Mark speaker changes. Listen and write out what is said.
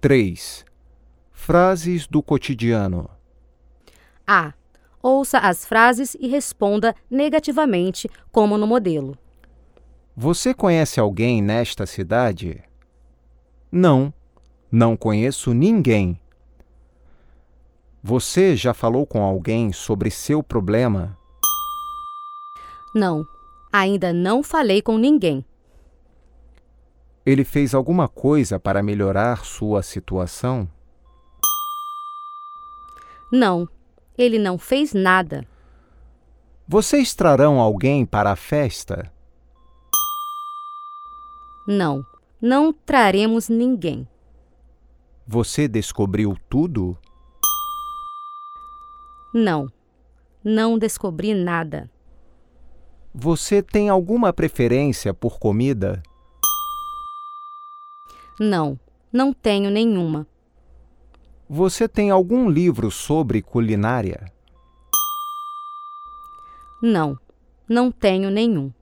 Speaker 1: 3. Frases do cotidiano.
Speaker 2: A. Ouça as frases e responda negativamente, como no modelo.
Speaker 1: Você conhece alguém nesta cidade? Não, não conheço ninguém. Você já falou com alguém sobre seu problema?
Speaker 2: Não, ainda não falei com ninguém.
Speaker 1: Ele fez alguma coisa para melhorar sua situação?
Speaker 2: Não, ele não fez nada.
Speaker 1: Vocês trarão alguém para a festa?
Speaker 2: Não, não traremos ninguém.
Speaker 1: Você descobriu tudo?
Speaker 2: Não, não descobri nada.
Speaker 1: Você tem alguma preferência por comida?
Speaker 2: Não, não tenho nenhuma.
Speaker 1: Você tem algum livro sobre culinária?
Speaker 2: Não, não tenho nenhum.